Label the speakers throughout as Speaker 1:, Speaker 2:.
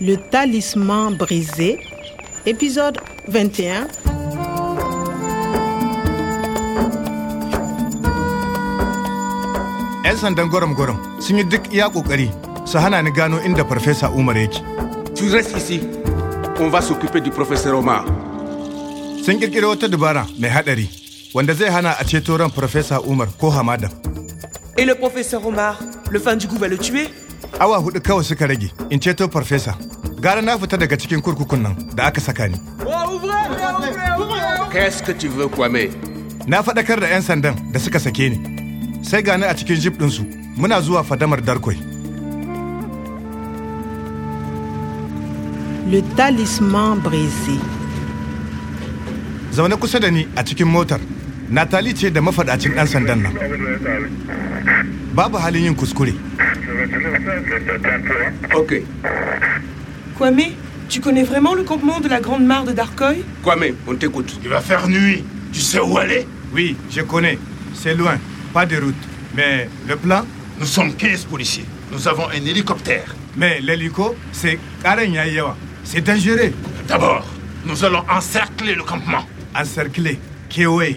Speaker 1: Le talisman brisé, épisode 21.
Speaker 2: ‘Yan sandan gorom-gorom sun yi duk iya ƙoƙari su hana ni gano inda Farfesa Umar yake.
Speaker 3: Tu restes ici. On va s'occuper du professeur Omar.
Speaker 2: Sun ƙirƙiro wata dubara mai haɗari wanda zai hana a ceto ran Farfesa Umar ko Hamada.
Speaker 4: Et le professeur Omar, le fan du goût va le tuer
Speaker 2: Awa hudu kawai suka rage in ceto Farfesa. Gara na fita daga cikin kurkukun nan da aka saka ni.
Speaker 3: Qu'est-ce que tu veux, Kwame
Speaker 2: Na faɗakar da 'yan sandan da suka sake ni. Sai gani a cikin jip ɗinsu muna zuwa fadamar Darkoi.
Speaker 1: Le talisman brisé.
Speaker 2: Zaune kusa da ni a cikin motar. Natali ce da mafaɗacin ɗan sandan nan. Babu halin yin kuskure.
Speaker 3: Ok.
Speaker 4: Kwame, tu connais vraiment le campement de la Grande Mare de Darkoy
Speaker 3: Kwame, on t'écoute.
Speaker 5: Il va faire nuit. Tu sais où aller
Speaker 2: Oui, je connais. C'est loin. Pas de route. Mais le plan
Speaker 5: Nous sommes 15 policiers. Nous avons un hélicoptère.
Speaker 2: Mais l'hélico, c'est Karen Yayewa. C'est dangereux.
Speaker 5: D'abord, nous allons encercler le campement.
Speaker 2: Encerclé, Kewe.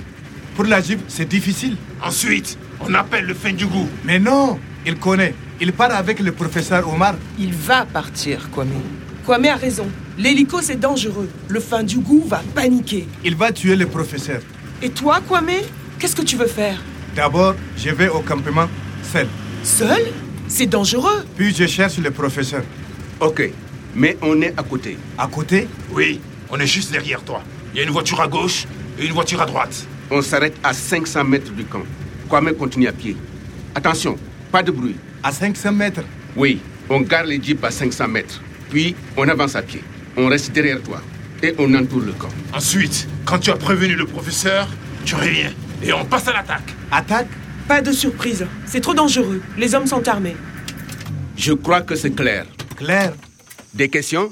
Speaker 2: Pour la Jeep, c'est difficile.
Speaker 5: Ensuite, on appelle le fin du goût.
Speaker 2: Mais non, il connaît. Il part avec le professeur Omar.
Speaker 4: Il va partir, Kwame. Kwame a raison. L'hélico, c'est dangereux. Le fin du goût va paniquer.
Speaker 2: Il va tuer le professeur.
Speaker 4: Et toi, Kwame, qu'est-ce que tu veux faire
Speaker 2: D'abord, je vais au campement seul.
Speaker 4: Seul C'est dangereux.
Speaker 2: Puis je cherche le professeur.
Speaker 3: Ok. Mais on est à côté.
Speaker 2: À côté,
Speaker 5: Oui, on est juste derrière toi. Il y a une voiture à gauche et une voiture à droite.
Speaker 3: On s'arrête à 500 mètres du camp. Kwame continue à pied. Attention, pas de bruit.
Speaker 2: à 500 mètres.
Speaker 3: Oui, on garde les jeeps à 500 mètres. Puis, on avance à pied. On reste derrière toi. Et on entoure le camp.
Speaker 5: Ensuite, quand tu as prévenu le professeur, tu reviens et on passe à l'attaque.
Speaker 2: Attaque,
Speaker 4: Pas de surprise. C'est trop dangereux. Les hommes sont armés.
Speaker 3: Je crois que c'est clair.
Speaker 2: clair.
Speaker 3: Des questions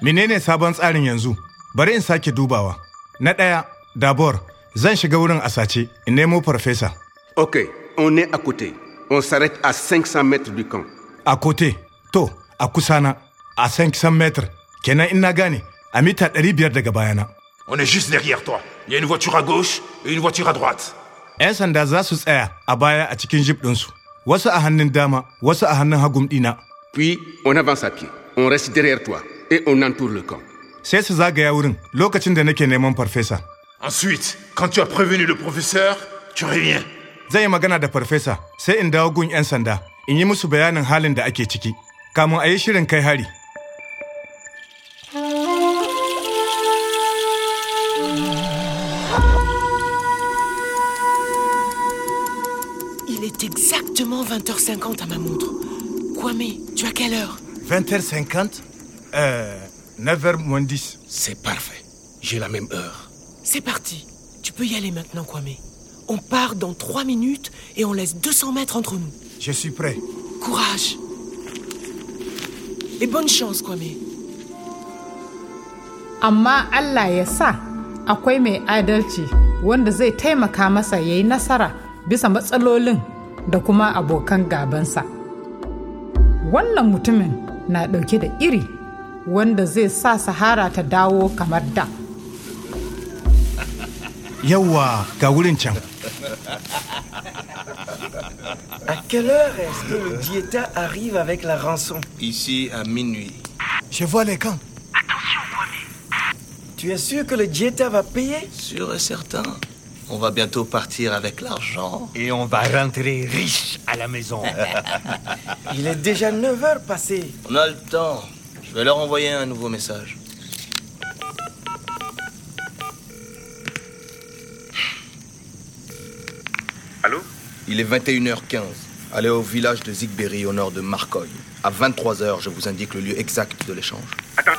Speaker 2: Menene sabon tsarin yanzu? Bari in sake dubawa. Na ɗaya, d'abord, zan shiga wurin a sace in nemo farfesa.
Speaker 3: Ok, on est à côté. On s'arrête à 500 mètres du camp.
Speaker 2: a kote to a kusana a 500 metres kenan in na gane a mita 500 daga bayana
Speaker 5: On est juste derrière toi. Il y a une voiture à gauche et une voiture à droite.
Speaker 2: 'yan sanda za su tsaya a baya a cikin jip ɗinsu wasu a hannun dama wasu a hannun hagum ɗina
Speaker 3: Puis, on avance à pied. On reste derrière toi. Et on entoure le camp.
Speaker 2: sai su zagaya wurin lokacin da nake neman farfesa
Speaker 5: Ensuite, quand tu as prévenu le professeur, tu reviens.
Speaker 2: zan yi magana da farfesa sai in dawo gun 'yan sanda in yi musu bayanin halin da ake ciki kamun a yi shirin kai hari
Speaker 4: Il est exactement 20h50 à ma montre. Kwame, tu as quelle heure
Speaker 2: 20h50 euh, 9h moins 10
Speaker 3: C'est parfait. J'ai la même heure.
Speaker 4: C'est parti. Tu peux y aller maintenant, Kwame. On part dans 3 minutes et on laisse 200 mètres entre nous.
Speaker 2: je suis prêt
Speaker 4: Courage. Et bonne chance, Kwame.
Speaker 6: amma Allah ya sa akwai mai adalci wanda zai taimaka masa ya yi nasara bisa matsalolin da kuma abokan gabansa. Wannan mutumin na ɗauke da iri wanda zai sa Sahara ta dawo kamar da.
Speaker 2: yawwa ga wurin can
Speaker 7: À quelle heure est-ce que le diéta arrive avec la rançon
Speaker 8: Ici à minuit.
Speaker 2: je vois les camps
Speaker 7: Tu es sûr que le diéta va payer
Speaker 8: Sûr et certain. On va bientôt partir avec l'argent.
Speaker 9: Et on va rentrer riche à la maison.
Speaker 7: Il est déjà 9 heures passées.
Speaker 8: On a le temps. Je vais leur envoyer un nouveau message.
Speaker 10: Allô
Speaker 8: Il est 21h15. Allez au village de Zigberry au nord de Marcoy. À 23h, je vous indique le lieu exact de l'échange.
Speaker 10: Attends.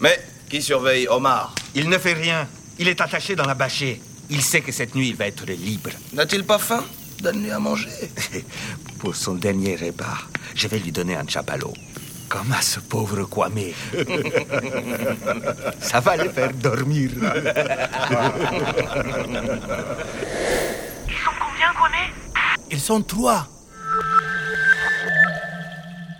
Speaker 8: Mais qui surveille Omar
Speaker 9: Il ne fait rien. Il est attaché dans la bâchée. Il sait que cette nuit, il va être libre.
Speaker 8: N'a-t-il pas faim Donne-lui à manger.
Speaker 9: Pour son dernier repas, je vais lui donner un chabalot. Comme à ce pauvre Kwame. Ça va le faire dormir.
Speaker 2: Ils sont trois.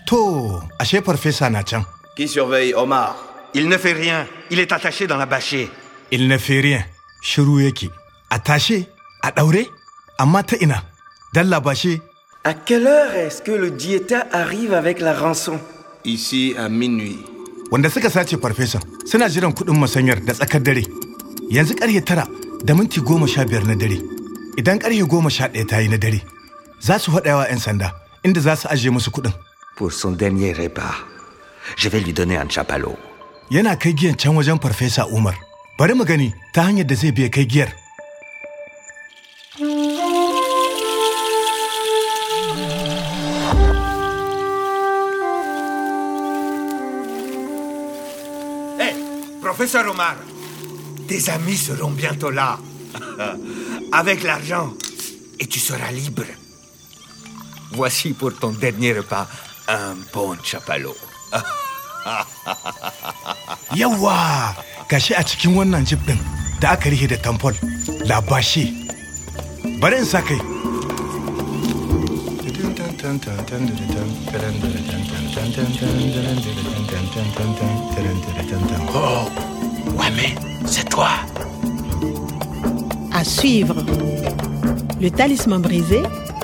Speaker 2: To, ashe farfesa na can.
Speaker 8: Qui surveille Omar
Speaker 7: Il ne fait rien. Il est attaché dans la bâchée.
Speaker 2: Il ne fait rien. Shiru yake. A tashe, a ɗaure, amma ta ina. Dalla ba shi
Speaker 11: À quelle heure est-ce que le diéta arrive avec la rançon
Speaker 8: Ici à minuit.
Speaker 2: wanda suka sace farfesa suna jiran kuɗin masanyar da tsakar dare yanzu ƙarfe tara da minti goma sha biyar na dare idan ƙarfe goma sha ɗaya ta yi na dare za su haɗa wa 'yan sanda inda za su ajiye musu kuɗin
Speaker 7: Pour son dernier repas, je vais lui donner un chapalot.
Speaker 2: yana kai giyan can wajen farfesa umar bari mu gani ta hanyar da zai biya kai giyar
Speaker 7: Hé, professeur Omar, tes amis seront bientôt là. Avec l'argent, et tu seras libre. Voici pour ton dernier repas un bon chapalot.
Speaker 2: yawa gashi a cikin wannan jib ɗin da aka rihe da tamfol labashi bari in sa kai
Speaker 12: Kwame, c'est toi.
Speaker 1: À suivre. Le Talisman brisé,